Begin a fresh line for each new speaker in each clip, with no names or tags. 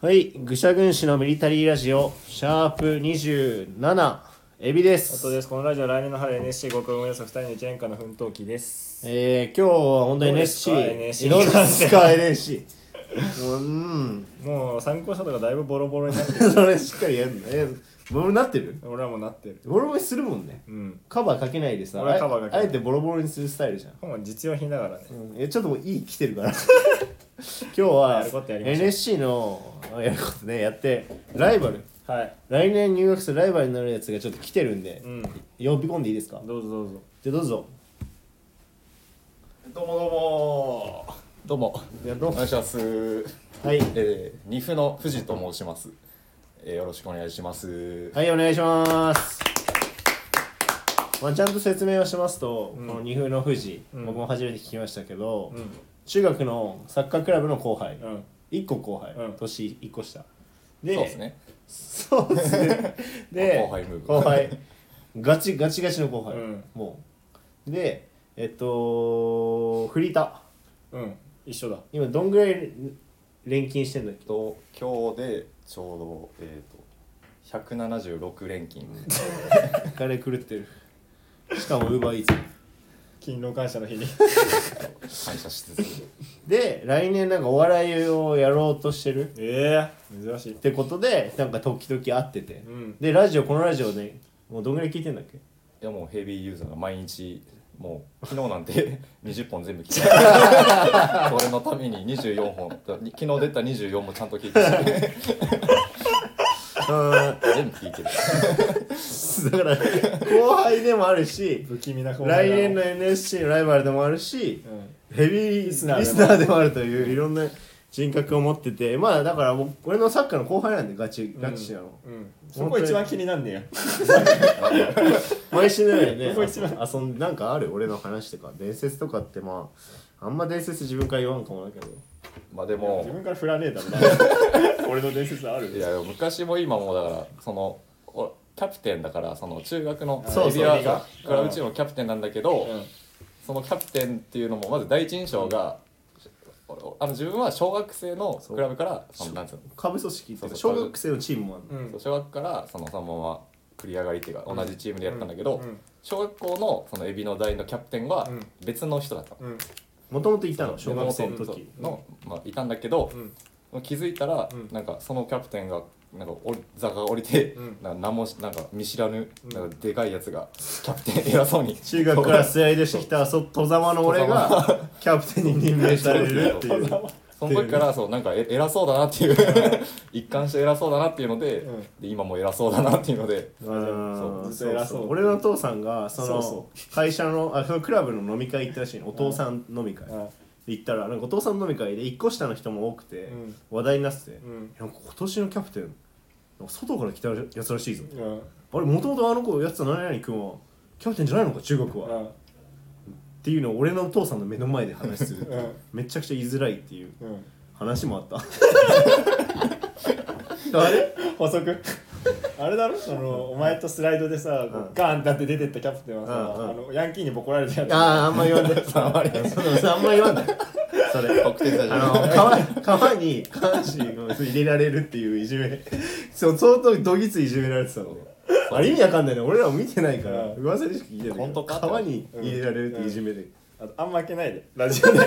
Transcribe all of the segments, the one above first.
はい、愚者軍師のミリタリーラジオ、シャープ27、エビで
本当
す。
です。このラジオは来年の春 NSC 合格を目指す2人の1年間の奮闘記です。
えー、今日は本当に
どうですか
NSC、
NSC
どうですか NSC。もう、うん、
もう参考書とかだいぶボロボロになってる。
それしっかりやんの。え、ボロボロになってる
俺らもなってる。
ボロボロにするもんね。
うん。
カバーかけないでさ、
俺はカバーかけ
あ
ない
えあえてボロボロにするスタイルじゃん。
本は実用品だからね。
うんえちょっともういい来てる から今日は
やることやりましょう
NSC のあやることねやってライバル
はい。
来年入学するライバルになるやつがちょっと来てるんで、
うん。
呼び込んでいいですか
どうぞどうぞ。
じゃあどうぞ
どうもどうもどうも
いやどう
お願いします
はい
えー、二夫の藤と申します、えー、よろしくお願いします
はいお願いしますまあ、ちゃんと説明をしますと、
うん
この二風の富士、
うん
僕も初めて聞きましたけど、
うん。
中学のサッカークラブの後輩、
うん。
一1個後輩、
うん
年1個下
そ
で
うですね
そうです ね。で、
後輩ムーブ
後輩ガチガチガチの後輩。
うん
もう。で、えっと、フリータ。
うん。一緒だ。
今、どんぐらい錬金してんだっけ
と今日でちょうどえっ、ー、と176連勤
金狂ってる。しかも、ウーバーイーツ。
勤労感謝の 日に。
感謝しつ つ
で、来年なんかお笑いをやろうとしてる。
ええ珍しい
っ。てことで、なんか時々会ってて
う。ん。
で、ラジオ、このラジオね、もうどんぐらい聞いてんだっけ
いやもうヘビーユーザーが毎日もう昨日なんて 20本全部聞いて俺のために24本だ昨日出た24もちゃんと聞いてる
う
全部聞いて る
ん。だから、後輩でもあるし、
不気味な後輩
来年
だな
の NSC のライバルでもあるし、
うん。
ヘビーリスナーでもあるといういろんな人格を持っててまあだから僕俺のサッカーの後輩なんでガチガチなの、
うん。そこ一番気になんねえよ。
毎週のようにね
ここ一番
遊んでなんかある俺の話とか伝説とかってまああんま伝説自分から言わんかもだけど
まあでも
自分から振らねえだろな。俺の伝説あ
い
る。
やでも昔も今もだからそのおキャプテンだからその中学の
そう
エ
そう
ビア
エビが
がからうちのキャプテンなんだけど、
うん。
そのキャプテンっていうのもまず第一印象が、あの自分は小学生のクラブからそのなんつうの
下部組織っていうか
そうそう
小学生のチームもあるの、
うん。
小学からそのそのまま繰り上がりっていうか同じチームでやったんだけど、
うん
小学校のそのエビの代のキャプテンは
うん
別の人だったの。
うん。
もともといたの小学生の時
の、まあ、いたんだけど
う、ん。
気づいたら、
うん
なんかそのキャプテンがなんかお座が降りて、
うん
なんか何もしなんか見知らぬ、
うん
なんかでかいやつがキャプテン 偉そうに
中学からスライドしてきたそ戸様の俺がキャプテンに任命されるっていう
その時からそうなんかえ偉そうだなっていう 一貫して偉そうだなっていうので,、
うん
で今も偉そうだなっていうので
あ
そう
ー
ずっと偉そう
俺のお父さんがそ
そう
の
そ
会社のあそのクラブの飲み会行ったらしいのお父さん飲み会
うん
行ったらなんかお父さん飲み会で1個下の人も多くて
うん
話題になってて
うん
なんか今年のキャプテンなんか外から来たやつらしいぞ
うん。
あれもともとあの子やつた何々君はキャプテンじゃないのか中学
う
はっ
ん。
ていうのを俺のお父さんの目の前で話する
うん
めちゃくちゃ言いづらいっていう
うん。
話もあった あれ
補足 あれだろそのお前とスライドでさ、
ん
ガーンだって出てったキャプテンはさ、
うんうん
あのヤンキーにボコられたやつ
あーあんま言わないあんまりあんま言わないそれ
特定されて
あの
る
川川に下半身を入れられるっていういじめそう相当どぎついいじめられてたのあれ意味わかんないね俺らも見てないから
うん
噂でしか聞いてない
本当か
川に入れられるっていじめで、
あとあんま負けないでラジ オで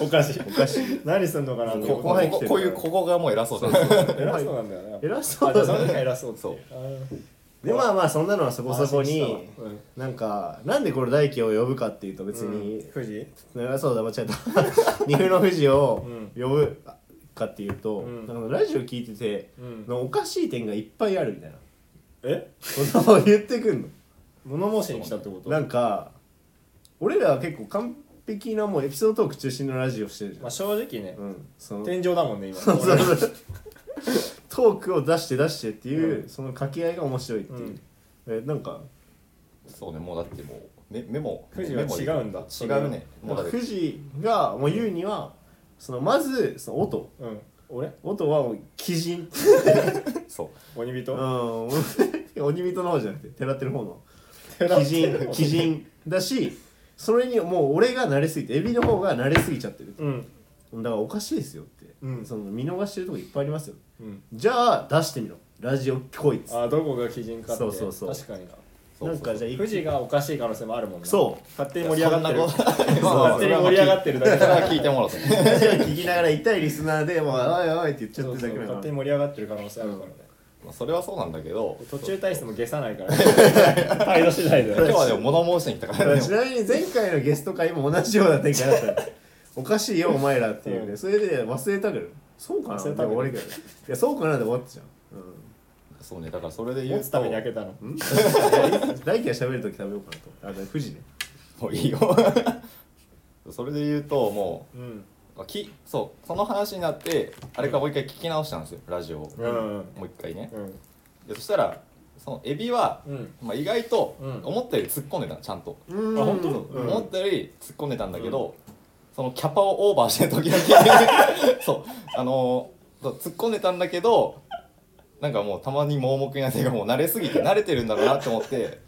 おかしいおかしい何すんのかなと
こ
こ
思
こ
っ
後輩来て
こ
る
こういうここがもう偉そうだな
て偉そうなんだよね
偉そう
あじゃあその時は偉そうって
そう
あー
でまあまあそんなのはそこそこ
安
に
心したわうん
なんかなんでこれ大輝を呼ぶかっていうと別に、
富士
長そうだ間違えた 二風の富士を呼ぶかっていうと、
うん
なんかラジオ聞いてて、
うん
なんかおかしい点がいっぱいあるみたいな
え
ことを言ってくんの
物申しに来たってこと
なんか俺らは結構完璧なもうエピソードトーク中心のラジオしてるじゃん、
まあ、正直ね、
うん、その
天井だもんね今
そうそうそう トークを出して出してっていう、その掛け合いが面白いっていう、
うん
えなんか
そうねもうだってもうメメモ
富士は違うんだ
違うねもうだって
富士がもう言うにはそのまずその音
う、ん、俺
音はもう鬼人
そう
鬼
う
人、
ん鬼人の方じゃなくて寺ってる方の
寺
鬼
ってる
人鬼人だしそれにもう俺が慣れすぎてエビの方が慣れすぎちゃってる
うん
だからおかしいですよって、
うん
その見逃してるとこいっぱいありますよ
うん
じゃあ出してみろラジオ来いっつって
あどこが基準かって
そうそうそう
確かにな
そうそうそう
なんかじゃあ
富士がおかしい可能性もあるもんな
そう
勝手に盛り上がってる
そんなことない
勝手に盛り上がってるだけ
それ
だ
は聞いてもらって
ラジオ聞きながら痛いリスナーで「もうおいおい」って言っちゃ
そ
っ
う
て
そ
るだけだ
う
から
勝手に盛り上がってる可能性あるからね
まあそれはそうなんだけど
途中体質も消さないからね態度次第 だ
今日
よ
はでも物申しに来たか
だからら
ね
ちなみに前回のゲスト会も同じような展開だった のおかしいよお前らっていうね、
うん
それで忘れたけどそうかな
忘れたけ
で
ど
終わりだよねいやそうかなで終わってじゃん、
そうねだからそれで言
持
う
つ
と
ために開
も
けたの
うん、 いや大輝が喋るとき食べようかなと思ってあ富士ね
ういいよ それで言うとも
うん
うきそうその話になってあれからもう一回聞き直したんですよラジオを、
う
も
ん
う一回ね
うん
でそしたらそのエビは、
うん
まあ、意外と
うん
思ったより突っ込んでたのちゃんと、
うん
あ本当
うん
思ったより突っ込んでたんだけど、そのキャパをオーバーしてる時だけ そうあのーそう突っ込んでたんだけどなんかもうたまに盲目になってもう慣れすぎて慣れてるんだろうなと思って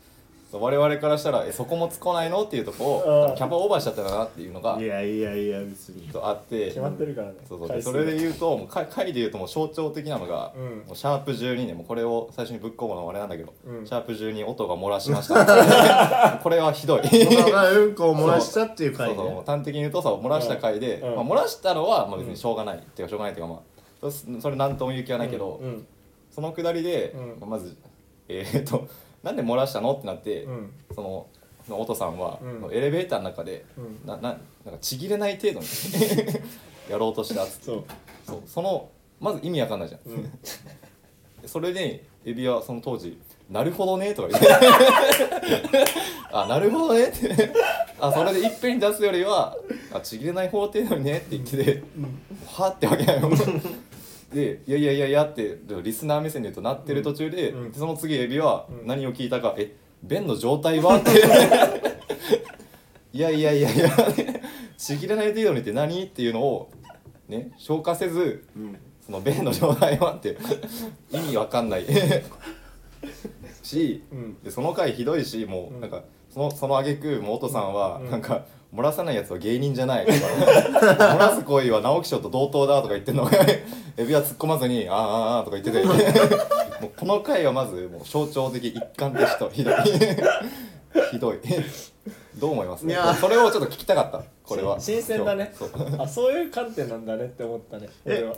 そう我々からしたらえそこも突っ込まないのっていうとこ
あ
を
ー
キャパオーバーしちゃったなっていうのが
いやいやいや別に
そうあって
決まってるからね
そうそうで
回数
そ
が
れで言うともう回回で言うともう象徴的なのが、
うん
もうシャープ12ねもうこれを最初にぶっ込むのはあれなんだけど、
うん
シャープ12音が漏らしました これはひどい。
僕がうんこを漏らしたっていう
そ
回
うそうも
ね
う端的に言うとさ漏らした回で、
うんうん
まあ、漏らしたのはまあ別にしょうがない、っていうかしょうがないっていうかまあそそれ何とも言う気はないけど、
うん
そのくだりで、
うん
まずえーっとなんで漏らしたのってなって、
うん
そのそのおとさんは、
うん
エレベーターの中で、
うん
なななんかちぎれない程度に やろうとしたっつって
そう
そうそのまず意味わかんないじゃん、
うん
それでエビはその当時「なるほどね」とか言って「 あなるほどね」ってあそれでいっぺんに出すよりは「あちぎれない方程度にね」って言っててはってわけだよで「いやいやいやいや」ってでもリスナー目線で言うとなってる途中で,、
うん
でその次エビは
うん
何を聞いたか「え便の状態は?」って 「いやいやいやいやちぎれない程度にって何?」っていうのをね消化せず
うん
その便の状態 はって意味わかんないし、
うん
でその回ひどいしも
う
うんなんかそのその挙句もうおとさんは
うん
なんか、漏らさないやつは芸人じゃないとか漏らす行為は直木賞と同等だとか言ってんのが エビは突っ込まずに「あーあーあーとか言ってて もうこの回はまずもう象徴的一貫でしたひどい ひどいどう思います
い
ね
や
それをちょっと聞きたかったこれは
し新鮮だね
そう
あそういう観点なんだねって思ったね
え
俺は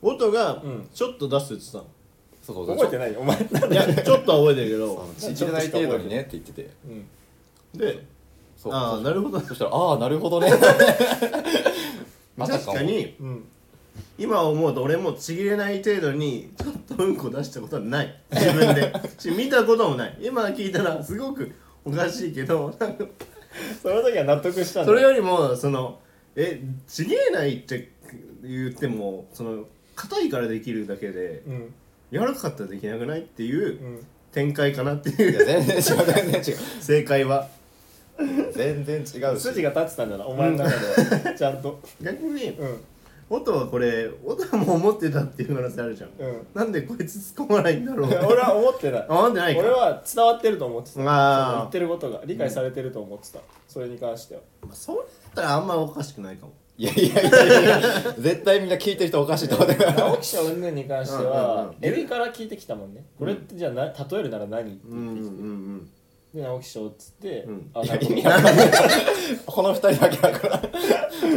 音が
うん
ちょっと出すって言っ
そうそうそう
覚えてないよお前なん
てたのいやちょっとは覚えてるけ
そ
ど
うちぎれない程度にねって言ってて
うん
で
そう
ああなるほど
そしたら「ああなるほどね」まさ
確かに
うん
今思うと俺もちぎれない程度にちょっとうんこ出したことはない自分 でし見たこともない今聞いたらすごくおかしいけどなんか
その時は納得 したんだ
それよりもそのえちぎれないって言ってもその硬いからできるだけで
うん
柔らかかったらできなくないっていううん展開かなって
い
い
や
う
全然違う全然違
正解は
う全然違うし
筋が立ってたんだなお前の中ではちゃんと
逆に
うん
音はこれ音も思ってたっていう可能性あるじゃん、
うん
なんでこいつ突っ込まないんだろう
俺は思ってない
あ思ってないか
俺は伝わってると思ってた
あー
言ってることが理解されてると思ってたそれに関しては
まあそれだったらあんまおかしくないかも
いやいやいやいや絶対みんな聞いてる人おかしいと思ってる
直木賞云々に関して
うんうん
は
うん
エビから聞いてきたもんねこれってじゃあな例えるなら何って
うん
言
うんう
ってきて
ん
で直木賞っつって
うん
あ
い
な
や
るほど
意味わかんないこの二人だけだから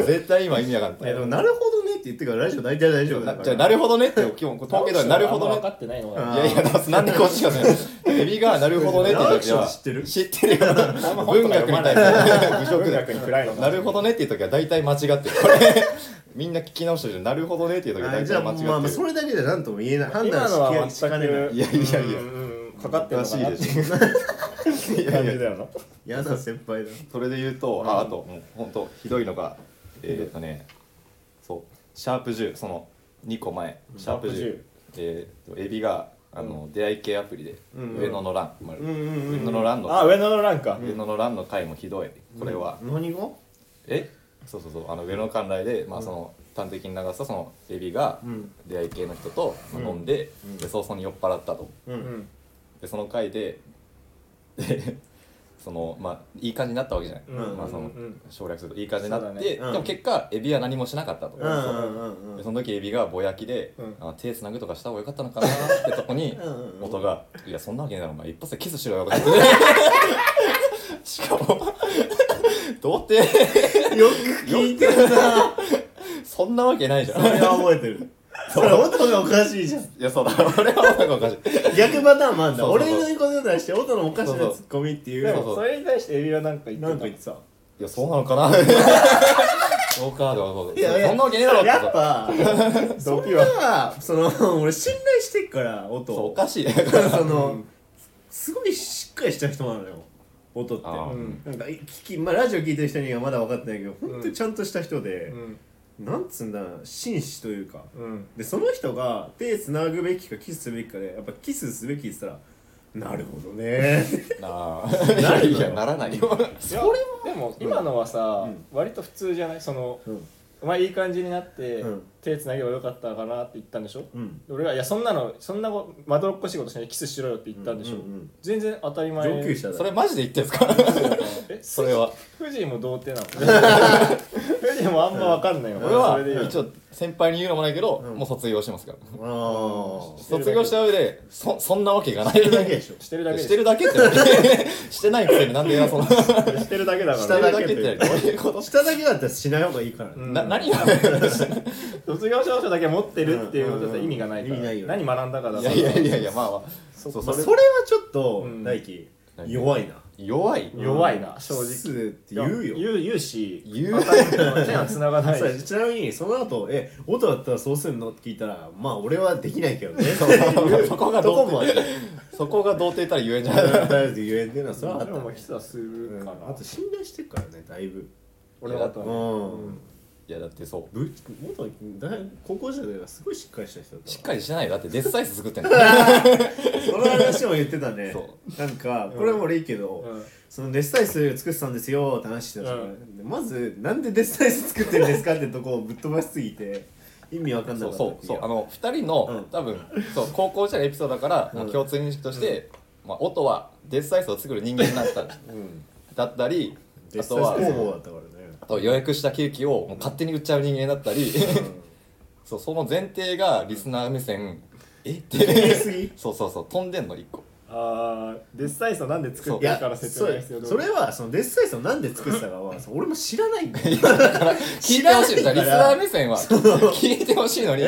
絶対今意味わかん
い
な
や
い
でもなるほどねって言ってからラジオ大体大丈夫だから
じゃあなるほどねって今日統計ではなるほど
分か
ね
ってないの
あ
いやいやだからなんでこっちがねエビがなるほどねって言った時は
知ってる
知ってるよ文学みたいな
な文学に暗いのか
なるほどねっていう時は大体間違ってるこれ みんな聞き直してるじゃんなるほどねっていう時は
あ
大
じゃ
体
あ
間違ってる、
まあまあそれだけじゃ何とも言えない判
今
断
のは
しきしかねない
全
いやいやいや
くかかってるのかな っていう
いや
感
いや
じだよな
やだ先輩だ
それで言うと、ああともう本当ひどいのがえーっとねそうシャープ10その2個前シャープ
シャー
10
プ
えーっとエビがあの、出会い系アプリで、
うん
上野の欄、まあ
うんうんうんうん
上野の欄の
あ上野の欄か
上野の欄の回もひどいこれは、
何が
えそうそうそうあの上野の観来で、まあその端的に流したそのエビが
うん
出会い系の人と、まあ飲んで,、で早々に酔っ払ったと。
う
うんん
でその回ででそのまあいい感じになったわけじゃない、
うんうん
まあその
うん
省略するといい感じになって、
そうだね
うん
でも結果エビは何もしなかったと、
うんうんうんう
で
ん
その時エビがぼやきで、
うん
あ手つなぐとかした方が良かったのかなってとこに
うんうんうん
元が「いやそんなわけないだろお前一発でキスしろよ」ってしかもどうって
よく聞いてるな
そんなわけないじゃ
そ
ん
れは覚えて るそれ音がおかしいじゃん
いやそうだ俺はなんかおかしい
逆パターンもあんだ
そうそう
俺
そう
のことに対して音のおかしなツッコミっていうな
で
ん
そう
もそれに対してエビはなんか言って
か
た
言ってた
いやそうなのかな そうかでもそう
いやいや
そんなわけねえだろ
やっ
さ
ぱ
ドキは
はその 俺信頼してっから音
そうお
を
かし い
そのすごいしっかりした人なのよ音って
あー
うん
なんか聞き、まあ、ラジオ聞いてる人にはまだ分かってないけど
うん
本当にちゃんとした人
う
で、
ん
なんつうんだろう紳士というか
うん
でその人が手つなぐべきかキスすべきかでやっぱキスすべきって言ったらなるほどね
なあ
る
い
の
や
よ
いやならないよ
いやでも今のはさ
うん
割と普通じゃないその
うん
お前いい感じになって
うん
手つなげばよかったかなって言ったんでしょ
うん
で俺が「いやそんなのそんなこまどろっこしいことしないでキスしろよ」って言ったんでしょ、
うんうんうん
全然当たり前
上級者だ
それマジで言ってんすか
え
それは
藤井も童貞なの藤井もあんま分かんないよ、
俺
それでいい
は
よ
一応先輩に言うのもないけど、
うん
もう卒業してますから
ああ
してるだけ
卒業した上でそそんなわけがない
してるだけでしょ
してるだけ
して
る
るだけってなんでして ないくせになんで偉そうなしてる
してるだけだか
下
ら、ね、
だけ
だけ
っ
っててどういうこと
下だけだったらしない方がいいからね、
うん
な何が
卒業証書だけ持ってるっていうことで意味がないから、
うんうんうん意味ないよ
何学んだかだ
い
か
や
ら
いやいやいやまあまあそう
ま
そ
あそ
う
れ
そ
は
れ
ちょっと、
うん
大輝
何
弱いな
弱い
弱いな正直
キスって言うよ
言う言うし
言う
また手が繋 がないし
そうちなみにその後え音だったらそうするの?」って聞いたら「まあ俺はできないけど ね」
そうそこが
とこ
童
もあ
貞
る
そこが童貞たら言えんじゃない
大事言えんっていうのはそれはあ
で
った
もまあ
ね
キスはするかな、
うんあと信頼してるからねだいぶ
俺のこと
う
は、
ん
いやだってそう
ぶ元だい高校時代がすごいしっかりした人だった
しっかりしてないよだ ってデスサイズ作ってんの
その話も言ってたね
そ
なんかこれも俺いいけど、
うん
そのデスサイス作ってたんですよって話してたじゃん
う
でまずなんでデスサイス作ってるんですかってとこをぶっ飛ばしすぎ て意味わかんな
そ
かっ
う
た
そうそう
の
あの2人
うん
の多分そう高校時代のエピソードだからもう共通認識としてまあ音はデスサイズを作る人間になった
うん
だったり
デ
あ
スサ
と
イス
は
工房だったからね
あと予約したケーキをもう勝手に売っちゃう人間だっ たりそうその前提がリスナー目線えっ
言い
て
過ぎ
そうそうそう飛んでんの1個
ああデスサイスをなんで作っ
い
てる
や
から説明が必要
そうそれはそのデスサイスをなんで作ってたか はそう俺も知らないんだよ
聞いてほしい
知
だ
らない
からリスナー目線は聞いてほしいのに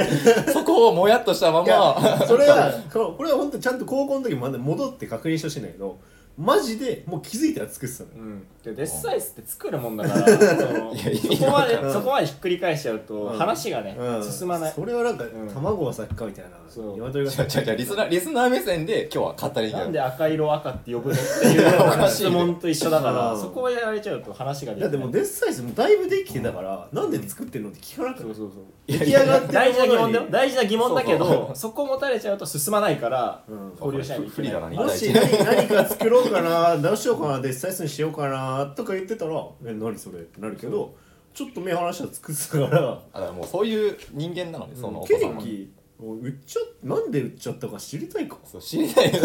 そこをもやっとしたま
いや
ま
そ れはここれは本当にちゃんと高校の時まで戻って確認してほしいんだけどマジでもう気づいたら作ってたのよ
うん、でデスサイズって作るもんだから その
いや
そこま
うん
でそこまでひっくり返しちゃうと
うん
話がね、
うん
進まない
それはなんか、
ん
卵は先かみたいな
そう
鶏が
違う違う違うリスナーリスナー目線で今日は語り
なん
に
で
行
赤色赤って呼ぶのっていうよう
お
な
かしい
質
ね
問と一緒だから、
うん
そこをやられちゃうと話が
い
でき
や
ない
でもデスサイズもだいぶできてたから、なんで作ってるのって聞かなく
そ
て
うそうそう
出来上がって
大事な
る
疑
もの
問
に
だよ大事な疑問だけど
そう
そこ持たれちゃうと進まないから、
うん
保留しないといけない
不利だな
もし何何か作ろうかなどうしようかなデスサイズにしようかなとか言ってたら「え何それ?」ってなるけどちょっと目離したら作ってたから
あだからもうそういう人間なのでそのお
ケ
子さん
ー
は
キを売っちゃなんで売っちゃったか知りたいか
そう知りたいよ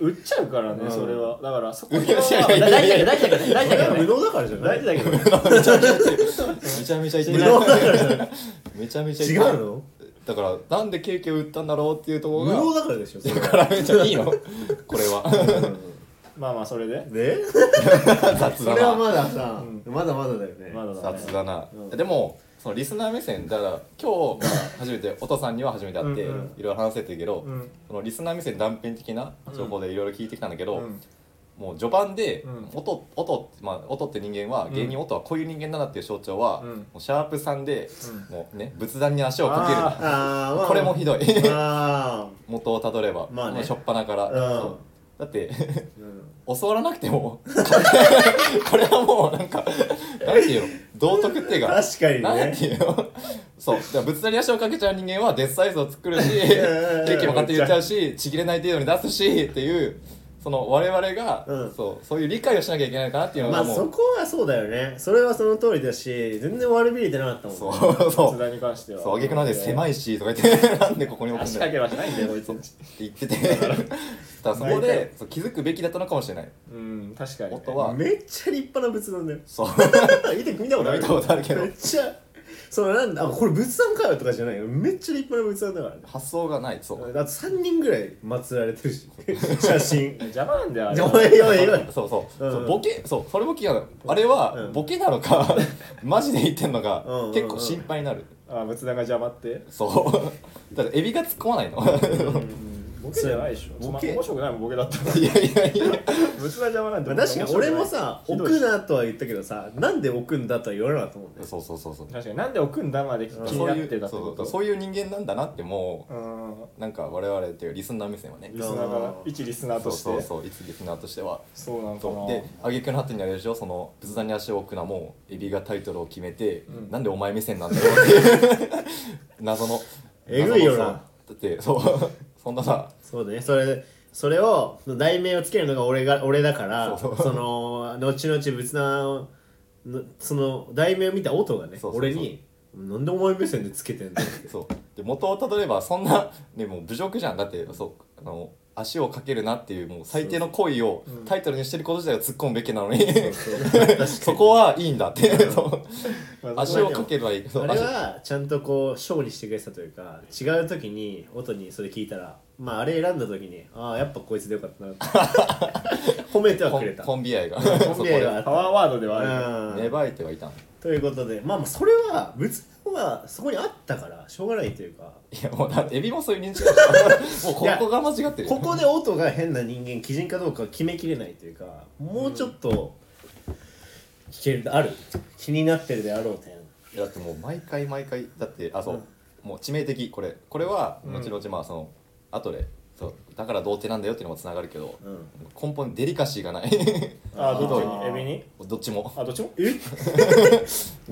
売っちゃうからね、
うん
それはだからそこ
いやいや
はい
やい
大事
や
だけど大事だけど
無
ね
能だからじゃない
大事だけどね
無能だから
めちゃめちゃ言ってる
じゃない
めちゃめちゃ
違
言ってる
うの
だからなんでケーキを売ったんだろうっていうとこ
無
ろ
能
が
だからでしょそれ
だからめち ゃいいのこれは
まあまあそれで
で
雑
それは
だな
まださまだまだだよね
まだだ、ね、
雑だな
うん
でもそのリスナー目線だから今日まあ初めてお父さんには初めて会ってい
うんう
ろ
ん
いろ話せてるけど
うん
そのリスナー目線断片的な情報でいろいろ聞いてきたんだけど、
うん
もう序盤で、
うん
音音ってまあ音って人間は
うん
芸人音はこういう人間なんだっていう象徴は、
うん
もうシャープ3で、もうね仏壇に足を
あ
か
あ
け
あ
る
まあ
これもひどい
あ
元をたどれば、
まあね
もう初っ端から、
うん
そうだって
あうん
教わらなくてもこれはもうなんかなんていうの道徳っていうか
確かに
なん
ね
ていうのそうだから仏壇に足をかけちゃう人間はデスサイズを作るしケーキも勝手に売っちゃうしちぎれない程度に出すしっていうその我々が、
うん
そうそういう理解をしなきゃいけないのかなっていうの
ま
が
あ
もう、
そこはそうだよねそれはその通りだし全然悪びれてなかったもんね
そうそ
雑
う
談に関しては
そう挙句ので
い
狭いしとか言ってなんでここに置くん
足
だ
か
よ
けはしないんだよこい つ
って言っててだからそこ
毎回
でそう気づくべきだったのかもしれない
うん確かに、ね、
音は
めっちゃ立派な仏壇だよ
そう
見て見たことある
見たことあるけど
めっちゃそのなんだあこれ仏壇かよとかじゃないよめっちゃ立派な仏壇だからね
発想がないそう
あと3人ぐらい祀られてるし写真
邪魔なんだよあれは
おいおいおい
そうそう,、
うん
そうボケそうそれボケがあれは
うん
ボケなのか、マジで言ってんのか、
うんうんうん
結構心配になる
あ仏壇が邪魔って
そうだからエビが突っ込まないの
ボケじゃないでしょ
ボケ
面白くないもんボケだ ったら
いやいやいや
仏壇邪魔なんて
まあ確かに俺も
面白くない
さ
ひ
置
どい
く
し
なとは言ったけどさなんで置くんだとは言わなかったもんね
そうそうそうそう
確かになんで置くんだまで気に
そう
なっ
い
てた
う
って
そう
こ
そ
と
うそういう人間なんだなっても
うん
うなんか我々っていうリスナー目線はね
リスナーから一リスナー
そ
と
う
して
そうそういつリスナーとしては
そうなのか
そ
な
うで挙句の果てにあれでしょその仏壇に足を置くなもエビがタイトルを決めて、
うん
なんでお前目線なんだよっていう 謎の
えぐいよな
謎のそうだってそう そんなさ
そうだねそれでそれを題名をつけるのが俺が俺だから
そ
そうの後々仏壇のその題名を見た音がね
そうそうそう
俺に「なんでお前目線でつけてんの?」って
そうで元をたどればそんな、ね、もう侮辱じゃんだってそうあの足をかけるなっていうもう最低の行為をタイトルにしてること自体が突っ込むべきなのに そこはいいんだってそう
まあ
足をかけばいいそう
あれ
足
はちゃんとこうショーにしてくれてたというか違う時に音にそれ聞いたらまああれ選んだ時にああやっぱこいつでよかったなって褒めては
コ
くれ
ン
た
コンビ愛が
コンビ愛が
パワーワードではあるけど
うん
芽生えてはいたの
ということでまあまあそれは仏壇はそこにあったからしょうがないというか
いやもうだってエビもそういう認識だったもうここが間違ってるよ
ここで音が変な人間基準かどうかを決めきれないというかもうちょっと聞けるある気になってるであろう点
いやだってもう毎回毎回だってあそう、もう致命的これこれは
うん
後々まあその、後でそうだから童貞なんだよっていうのもつながるけど、
うん
根本にデリカシーがない
あーどっ
あ
ちに
ー
エビに
どっちも
あどっちも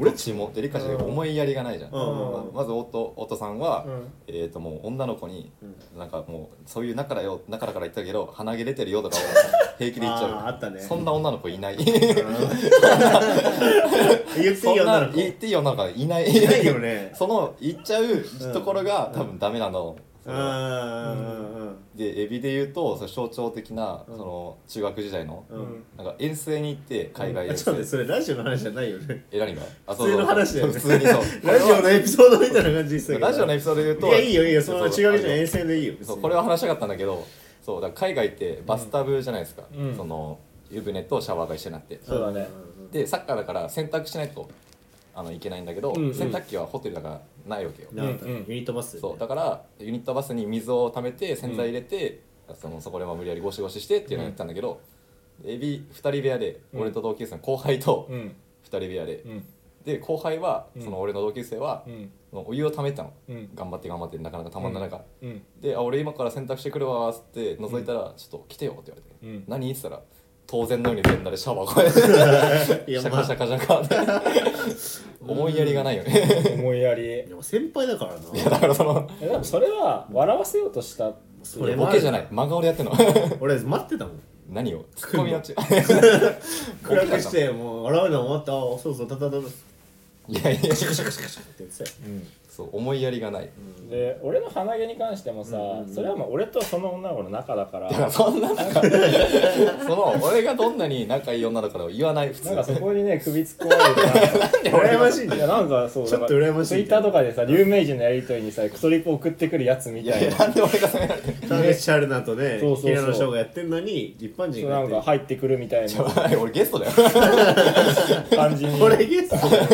どっちもデリカシーで思いやりがないじゃん、
うん
ままず夫夫さんは、
うん
えー、ともう女の子に、
う
なんかもうそういう中だよ中だから言ったけど鼻毛出てるよと かを平気で言っちゃう
あーあったね
そんな女の子いない
言ってい
そ
い
ん
よな
な
の子
言っ
い
ていい女の子いない
ないよね
その言っちゃうところが、多分ダメなの、
うんうんうん
でエビで言うとその象徴的な、その中学時代の、
うんうん
なんか遠征に行って海外
あ
遠
ちょっと
征、
待ってそれラジオの話じゃないよね
え何があ
普通の話だよね
普通に そう
ラジオのエピソードみたいな感じでしたけど
ラジオのエピソードで言う
い
と
やいいよいいよその中学時
そう
代遠征でいいよ別に
そうこれは話したかったんだけどそうだから海外ってバスタブじゃないですか、
うん
その湯船とシャワーが一緒になって、
そうだね
でサッカーだから洗濯しないとあのいけないんだけど、
うんうん
洗濯機はホテルだからないわけよ、
なかった
うんうん
ユニットバス
そうだからユニットバスに水を溜めて洗剤入れて、そのそこでまあ無理やりゴシゴシしてっていうのをやってたんだけど、エビ2人部屋で
うん
俺と同級生の後輩と
うん
2人部屋で、
うん
で後輩は
うん
その俺の同級生は、
うん
そのお湯を溜めてたの、
うん
頑張って頑張ってなかなか溜まんない中、
うん
であ「俺今から洗濯してくるわ」っつって覗いたら「ちょっと来てよ」って言われて
う
「
ん
何?」って言ったら「当然のように全裸でシャワーこうやって
い
シ
や
ャ
ま
カシャ
あ
カシャカ」って 思いやりがないよね
思いやり
でも先輩だからない
やだからその
えでもそれは笑わせようとした
それもあ
ボ
る
ケじゃない真顔でやってんの
俺待ってたもん
何 をツッコミやっちゃう
暗くしてもう洗うの終わったあそうそうたたたたって
いやいや
言ってたよ
そう思いやりがない
で俺の鼻毛に関してもさそれはまあ俺とその女の子の仲だから
だからそんな中 その俺がどんなに仲いい女だからを言わない普通
なんかそこにね首突っ込まれてなんか
羨ましいね
いやなんかそう
ちょっと羨ましい
ツイッターとかでさ有名人のやりとりにさクソリップ送ってくるやつみ
い
た
やい
い
や
な
なんで俺が責められてる
田口チャルナとね
そうそうそう
平野翔がやってんのに一般
そ
人
う
が
な
やっ
ん
て
か
る
入ってくるみたい
ちょ
な
俺ゲストだよ
感じに
これゲストだよ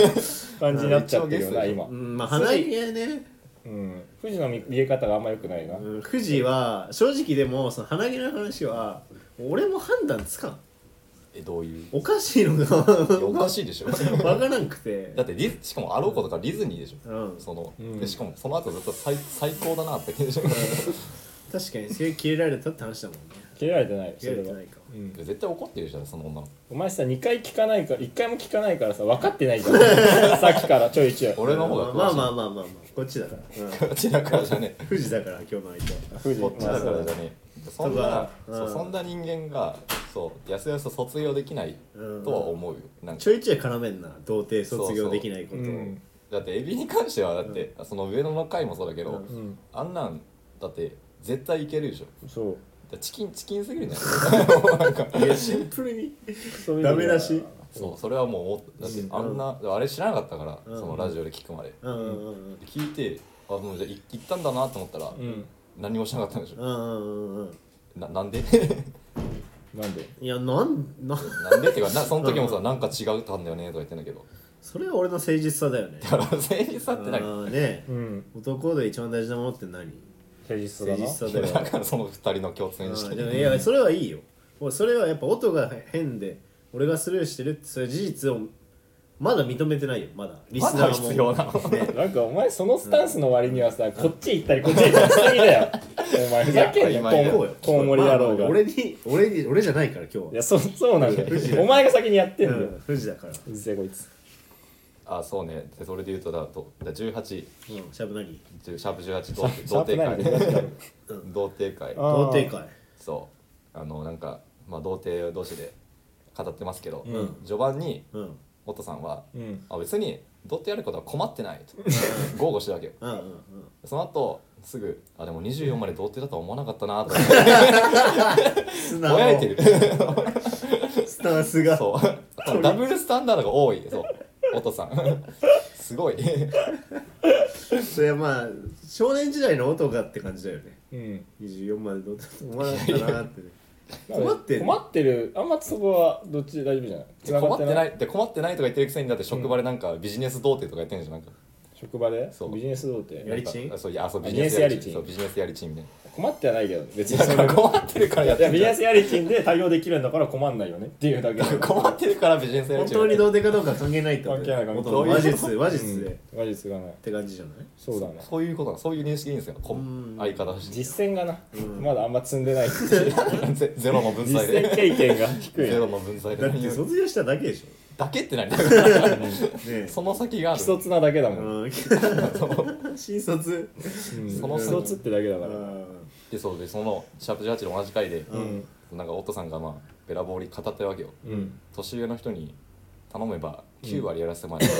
感じになっちゃってるよな
一応ゲストでし
今
う、んまあ鼻毛ね
うん、富士の見え方があんま良くないな、
うん富士は正直でもその鼻毛の話は俺も判断つかん
えどういうい
おかしいの が
やおかしいでしょ
わからんくて
だってリズしかもあろうことかディズニーでしょ、
うん
その、
うん
でしかもその後ずっと最最高だなって言って るでしょ
確かにすげえキレられたって話だもんね
切れられてない
キ
そ
レ
れ
られて
は
ないか
うん
絶対怒ってるでしょその女の子
お前さ2回聞かないから1回も聞かないからさ分かってないじゃん さっきからちょいちょい
俺の方が詳しい、
まあまあまあまあまあこっちだから、うん
こちらからじゃね
富士だから今日の相手は
富士
こっちだからじゃねそんな、
うん
そうそんな人間がそうやすやすと卒業できない
うん
とは思うよなんか
ちょいちょい絡めんな童貞卒業できないこと
う
を
ん
だってエビに関してはだって、その上野の回もそうだけど、
うん
うん
あんなんだって絶対いけるでしょ
そう
だチキンチキンすぎるね
いやシンプルに
そういうの
ダ
が
メ出し
そうそれはもう思っただってあんな、あれ知らなかったから、
うん
そのラジオで聞くまで、
うんうん
で聞いてあもうじゃあい行ったんだなと思ったら、
うん
何もしなかったんでしょ
う、んうんうんうん
ななんで
なんで
いやなんなん
なんでっていうかなその時もさ、なんか違ったんだよねとか言ってんだけど
それは俺の誠実さだよね
だから誠実さって何
あーね
うん
男で一番大事なものって何
誠実
誠
だ
実
な
さだよ
だ からその二人の共通
あ
認識
ーでもいやそれはいいよもうそれはやっぱ音が変で俺がスルーしてるってそれ事実をまだ認めてないよまだリ
ま
スナ
だ
ーも
必要なの
なんかお前そのスタンスの割にはさ、こっち行ったりこっち行ったりしすぎだよ お前ふざけんな
当たり前だ
コ
よ
ウコウモリ野郎
まあ
が、
まあ俺に俺に俺じゃないから今
い
日は
やそそうなんだよお前が先にやってんだよ、
うん富士だから
うるせえこいつ
あそうねでそれで言うとだとだ18シ
うんシャープ何
ャープ18 童
シャープナインで
貞
確
会
かに
童貞会
あ
童貞会
そうあのなんかまあ童貞同士で語ってますけど、
うん
序盤に
うん
元さんは
うん
あ別に童貞やることは困ってないと豪語してるわけよ
うんうんうん
その後すぐあでも24まで童貞だとは思わなかったなと
素
ぼやいてる
スタンスが
そうダブルスタンダードが多いそう音さん すごい
それはまあ少年時代の音がって感じだよね
うん
24までどうだと思わなかったなってね困ってる
困ってるあんまそこはどっちで大丈夫じゃない繋が
困ってないいで困ってないとか言ってるくせにだって職場でなんかビジネス童貞とかやってんじゃんなんか
職場で
そう
ビジネス童貞
やりちん
あそういやあそう
あ
ビジネスやりちん
ビジネスやりちん
そうビジネスやりちんみたい
困ってはないけど別に
な
そ
だ
れ
から困ってるからやっ
いや
て
ビ
る
ジネスやりちんで対応できるんだから困んないよねっていうだけで
困ってるからビジネスやり
本
ちん
当に童貞かどうかは関係ないってこと
関係ない関係ない
元の話術話術でっ
話術がない
て感じじゃない
そうだね
そういうことなのそういう認識でいいんですよこ
うん
相方として
実践がな、
ん
まだあんま積んでない
ゼゼロの分
実
際
践
で
経験が低い
ゼロの分際
だって
で
卒業しただけでしょ
だけって何
ね
その先があ
既
る
卒なだけだもん、うん
うん 新卒
そ
の
の既卒ってだけだから、
でそうでそのシャープ18で同じ回で
うん
なんか夫さんがまあべらぼうに語ってるわけよ
うん
年上の人に頼めば9割やらせてもらえる、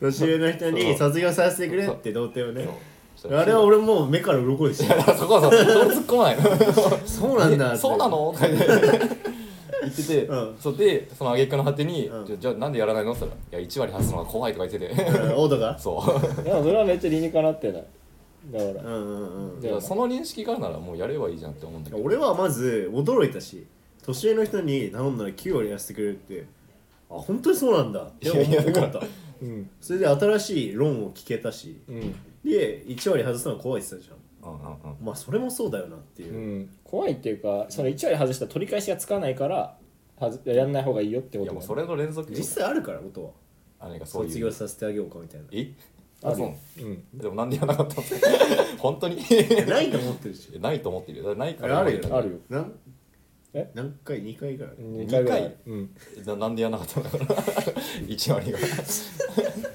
年上の人に卒業させてくれって童貞をね
そ う
あれは俺もう目から鱗でし
だ からそこはさそれ突っ込まないの
た そうなんだっ
え
て
そうなのとか言って言ってて、
うん
そうでその挙句の果てに、
うん
じゃじゃあなんでやらないのって言ったら「いや1割外すのが怖い」とか言ってて
うんオードが
そう
でもそれはめっちゃ理にかなってないだか
う
ら、
んうんうん
だ
い
から
やその認識があるならもうやればいいじゃんって思うんだけど
俺はまず驚いたし年上の人に頼んだら9割やらせてくれるってあ本当にそうなんだって思
いやいや
思った
うん
それで新しい論を聞けたし
うん
で1割外すのが怖いって言ってたじ
うんうんうん
ゃんまあそれもそうだよなっていうう、
ん、怖いっていうかその1割外したら取り返しがつかないからはずやんない方がいいよってこ
いや
と
もう
だ
そ
よ
れの連続よ
実際あるから音は
あなんかそう
卒
い
業
う
させてあげようかみたいな
え
あ
あ
る
そう
ようん
でもなんでやらなかったの 本当に
ないと思ってるでしょ
ないと思ってるよだからないから
あるよ
あるよ
何
え
何回2回ぐらい
2回ぐらいあるうん
ななんでやらなか ったの一割が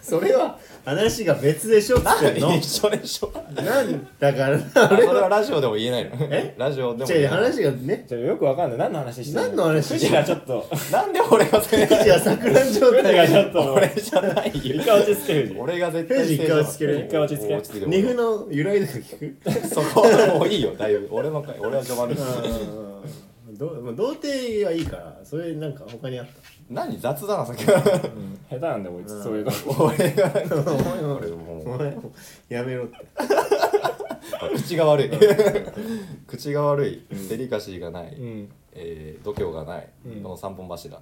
それは話が別でしょっつってんの
一緒でしょ
なんだから
あそれはラジオでも言えないの
え
ラジオでも言え
違う
ない
話がね
じゃあよくわかんない何の話してん
何の話
藤がちょっと
なんで俺がそれ
じゃあ錯乱状
藤が
態
ちょっと
俺じゃ ない
一
よ
回落ち着け藤
俺が絶対
ページ一回落ち着ける
一回落ち着ける
る
二分の由来とか聞く
そこはもういいよだいぶ俺の回俺は序盤です
うんどまあ童貞はいいからそれなんか他にあっ
何雑だなさっきから
うん下手なんだよこいつそういうの
俺が
たお前も
俺も
お前もやめろって
う口が悪い口が悪いデリカシーがない、
うん
えー度胸がない、
うん
この三本柱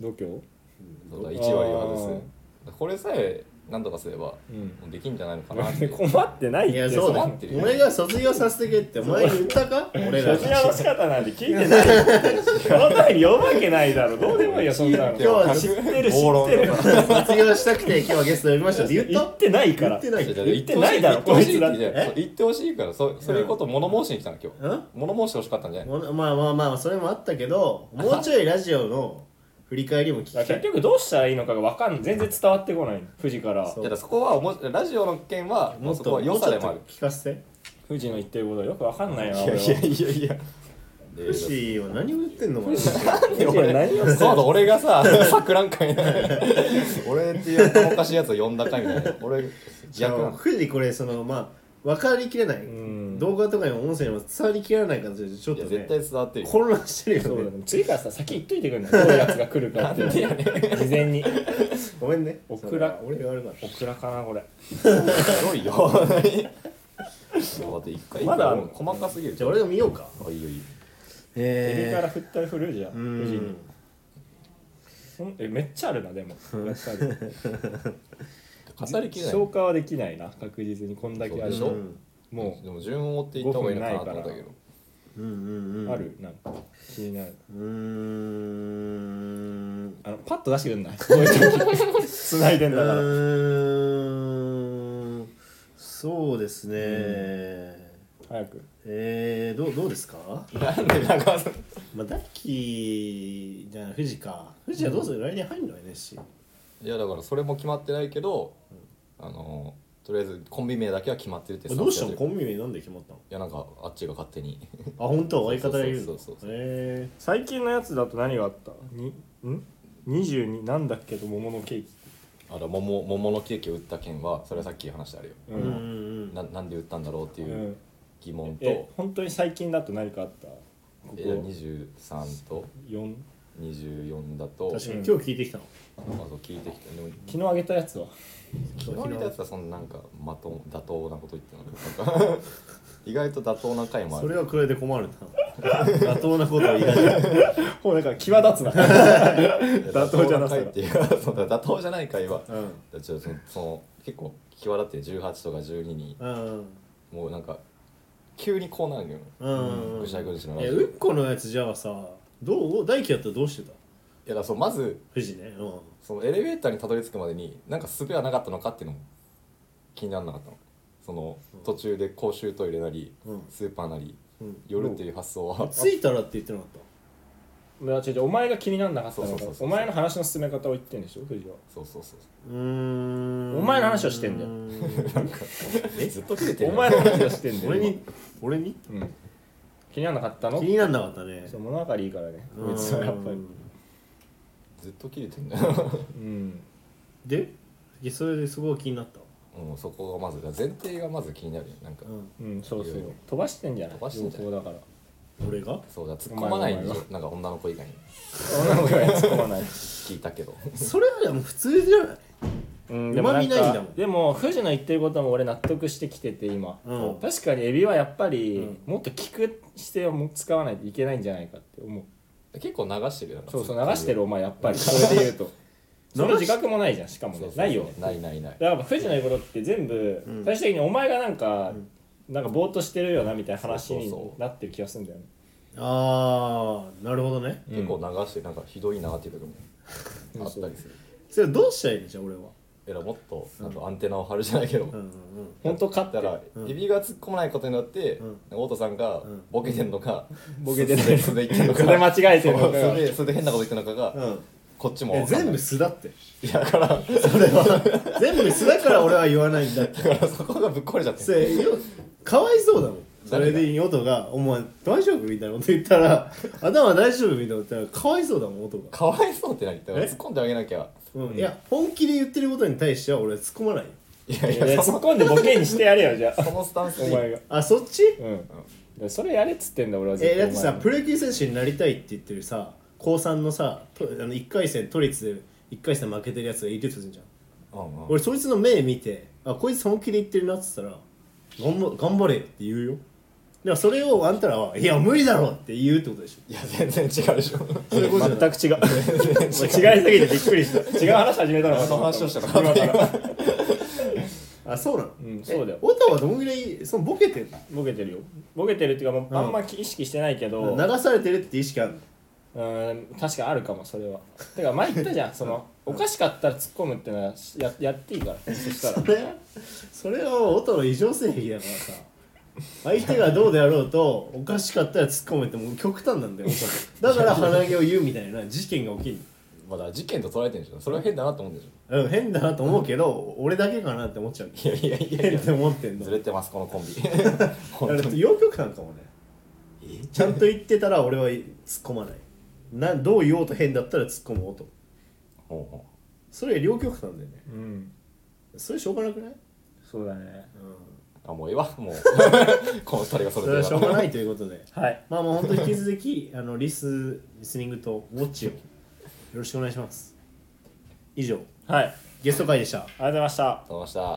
度胸
そうだ1割を外すこれさえ何とかすれば、
う
できんじゃないのかなって
ん 困ってないっ
い
て
やそうだ
困
よ
ってるよ
俺が卒業させてけってお前に言ったか俺ら
卒業の
が
仕方なんて聞いてないよその前に呼ぶわけないだろどうでもいいよそんなの
今日は
知ってる知ってる
卒業したくて今日はゲスト呼びましたって言っ
言
た
ってないか
言
ら
ってない
じゃあ
言ってないだろ
言ってほしい
こいつだって
いやいやそう言ってほしいからそうそういうことを物申しに来たの今
うん
日物申してほしかったんじゃない
ものまあまあまあそれもあったけどもうちょいラジオの振り返りも聞きた
結
い
局どうしたらいいのかがわかん全然伝わってこない富士から
そう
いやだからそこはおもラジオの件は
も
もう
っ
そ
と
こは良さでもあ
う
る
ちょっと聞かせて
富士の言ってることよくわかんないな俺
やいや
はい
やいや
フシは何を言ってんのかな
富士は何をして
そうだ俺がさ 博覧会なのに俺っていう頭おかしいやつを呼んだかみたいな俺逆なの
フジこれそのまあ分かりきれない、
ん
動画とかにも音声にも伝わりきらない感じでちょっと
いや
ね
絶対伝わってるよ
混乱してる
そ
よ
うだ
ね
ね次からさ先言っといてくんないどういうやつが来るかっていうの事前に
ごめんね
オクラ
俺が悪かった
オクラかなこれ
ひどいよ そうだって一回
まだあるの
細かすぎる
じゃあ俺が見ようか
あいいよいいよ
エビから
え
振ったり振るじゃん
ーう
富士に
ん
そんえめっちゃあるなでもやっぱり
語りきれない
消化はできないな確実にこんだけある
そう
と
でし
も
でも順を追っていった方がいいのかなと思った
五
け
分
ど
うんうんう
うんあるなんか気になる
うーん
あのパッと出してくんないこういう時繋いでん
う
だから
ーんそうですね、
早く
えー、どうどうですか、
なんでなんか
まあ、ダッキーじゃない富士か富士はどうする、来年入るの NSC
いやだからそれも決まってないけどあのとりあえずコンビ名だけは決まってるって
どうしたの
スタンスや
コンビ名なんで決まったの
いやなんかあっちが勝手に
あ本当は相方がいる
そう
の
そうそうそう
え
最近のやつだと何があったにん22なんだっけど桃のケーキ
あら桃桃のケーキを売った件はそれはさっき話したあれよ
ー、うんうん
ななんで売ったんだろうって
う
いうん疑問と、
え本当に最近だと何かあったここ
えー、23と
4
24だ
う
と
ん確かに
うん
今日聞いてきたの
なんかそう聞いてきてでも
昨日あげたやつ は
昨日見たやつはそんななんかまとも妥当なこと言ってなかった意外と妥当な回もあ
それ
る
はこれで困るな妥当なことを言い始めた
もうだから際立つな 妥当じゃなさ
い
が
や妥当回っていうかそうだ妥当じゃない回は
うん
ちょっとそのその結構際立ってる18とか12に
うん
もうなんか急にこうなるのよ
うんうん
ぐしゃぐしゃの
え
話
うっこのやつじゃあさどう大輝やったらどうしてた
いやだからそうまず
富士ねうん
そのエレベーターにたどり着くまでになんかすべはなかったのかっていうのも気にならなかったのその途中で公衆トイレなり、
うん
スーパーなり
うん
寄るっていう発想は、
着いたらって言ってなかっ
いや違う違うお前が気にならなかったの
そう
か
そうそうそう
お前の話の進め方を言ってんでしょ藤は
そうそうそう
たうーん
お前の話をしてんだよ
よ
えずっと切れて
お
る
前の話をしてんだよ
俺に俺に
今うん、気にならなかったの
気になんなかったね
そう物分かりいいからね
う
こいつはやっぱり
ん
ずっと切れてんだよ
うん
ででそれでそこが気になった
うんそこがまず前提がまず気になるよなんか、
うん
うんそうそう
いやいや
飛ばしてんじゃない
飛ばしてんじゃない
情報だから
俺が
そうだ突っ込まないんでし
お前お
ょなんか女の子以外に
女の子には突っ込まない
聞いたけど
それはでも普通じゃない
うん
うまみないんだもん
でも富士の言ってることも俺納得してきてて今、
うん
確かにエビはやっぱり、もっと聞く姿勢をも使わないといけないんじゃないかって思う
結構流してるよな
そうそう流してるお前やっぱりそれで言うとその自覚もないじゃんしかも
そうそ
ね
うそう
ないよ
ないないない
だから富士の言うことって全部、
うん
最終的にお前がなんか、なんかぼーっとしてるよなみたいな話になってる気がするんだよね
ああなるほどね
結構流してなんかひどいなっていう時もあったりする
それどうしたらいいのじゃあ俺は
えらもっとなんかアンテナを張るじゃないけど、
うんうん
本当かって
だから、
うん
エビが突っ込まないことになって、
ん
太田さんが
ん
ボケてんのか、
ボケて
素で
る
素で言ってんのか
それ間違えてるの
そ
か
う素で素で変なこと言ってんのかが、
うん、うん
こっちも
え
わかんない
全部素だって
いやだから
全部素だから俺は言わないんだって
だからそこがぶっ壊れちゃって
そ
る
れよかわいそうだもんそ
誰が
れで音が「お前大丈夫?」みたいなこと言ったら「頭大丈夫?」みたいなこと言ったらかわいそうだもん音が、
かわいそうってなって
え
突っ込んであげなきゃ
うん、いや本気で言ってることに対しては俺は突っ込まないよ
いやい
いやい
や
や
そ
突っ
の
込んでボケにしてやれよじゃあ
そのスタンス
お
に
前が
あそっち
うん、それやれっつってんだ俺は
えだってさプ
ロ
ロ野球選手になりたいって言ってるさ高3のさとあの1回戦都立で1回戦負けてるやつがいるとするじゃん
うんうん
俺そいつの目見てあこいつ本気で言ってるなっつったら頑張頑張れよって言うよでもそれをあんたらは「いや無理だろ!」って言うってことでしょ
いや全然違うでしょ
そう いうことじゃない
全く違う違いすぎてびっくりした違う話始めたのか
その話をした
か
から
あそうなの、
うんそうだ
え
よ
オタはどんぐらいそのボケてんの
ボケてるよボケてるっていうかもう
うん
あんま意識してないけど、うん、
流されてるって意識あるの
確かにあるかもそれはてか前言ったじゃんそのおかしかったら突っ込むってのはややっていいからそしたら
それそれはオタの異常性癖だからさ相手がどうであろうとおかしかったら突っ込めってもう極端なんだよオタだから鼻毛を言うみたいな事件が起きる
まだ事件と捉えてるんでしょそれは変だなと思うんでし
うん、変だなと思うけど、俺だけかなって思っちゃう。
ょいやいやいや
変
い
って思ってん
や
の。
ずれてますこ のコンビ
あ
本
れ
当に
洋曲なんかもね。ちゃんと言ってたら俺は突っ込まない。などう言おうと変だったら突っ込もうと。
ほうほ
それ両極端だよね。
うん
それしょうがなくない、
そうだね
うあもうええわ もうこの二人がそ
そ
れ
れはしょう
て
がないということで。
はい
まあまあ本当に引き続き あのリスリスニングとウォッチをよろしくお願いします。以上
はいありが
ゲスト会でした。
とうございました
そうました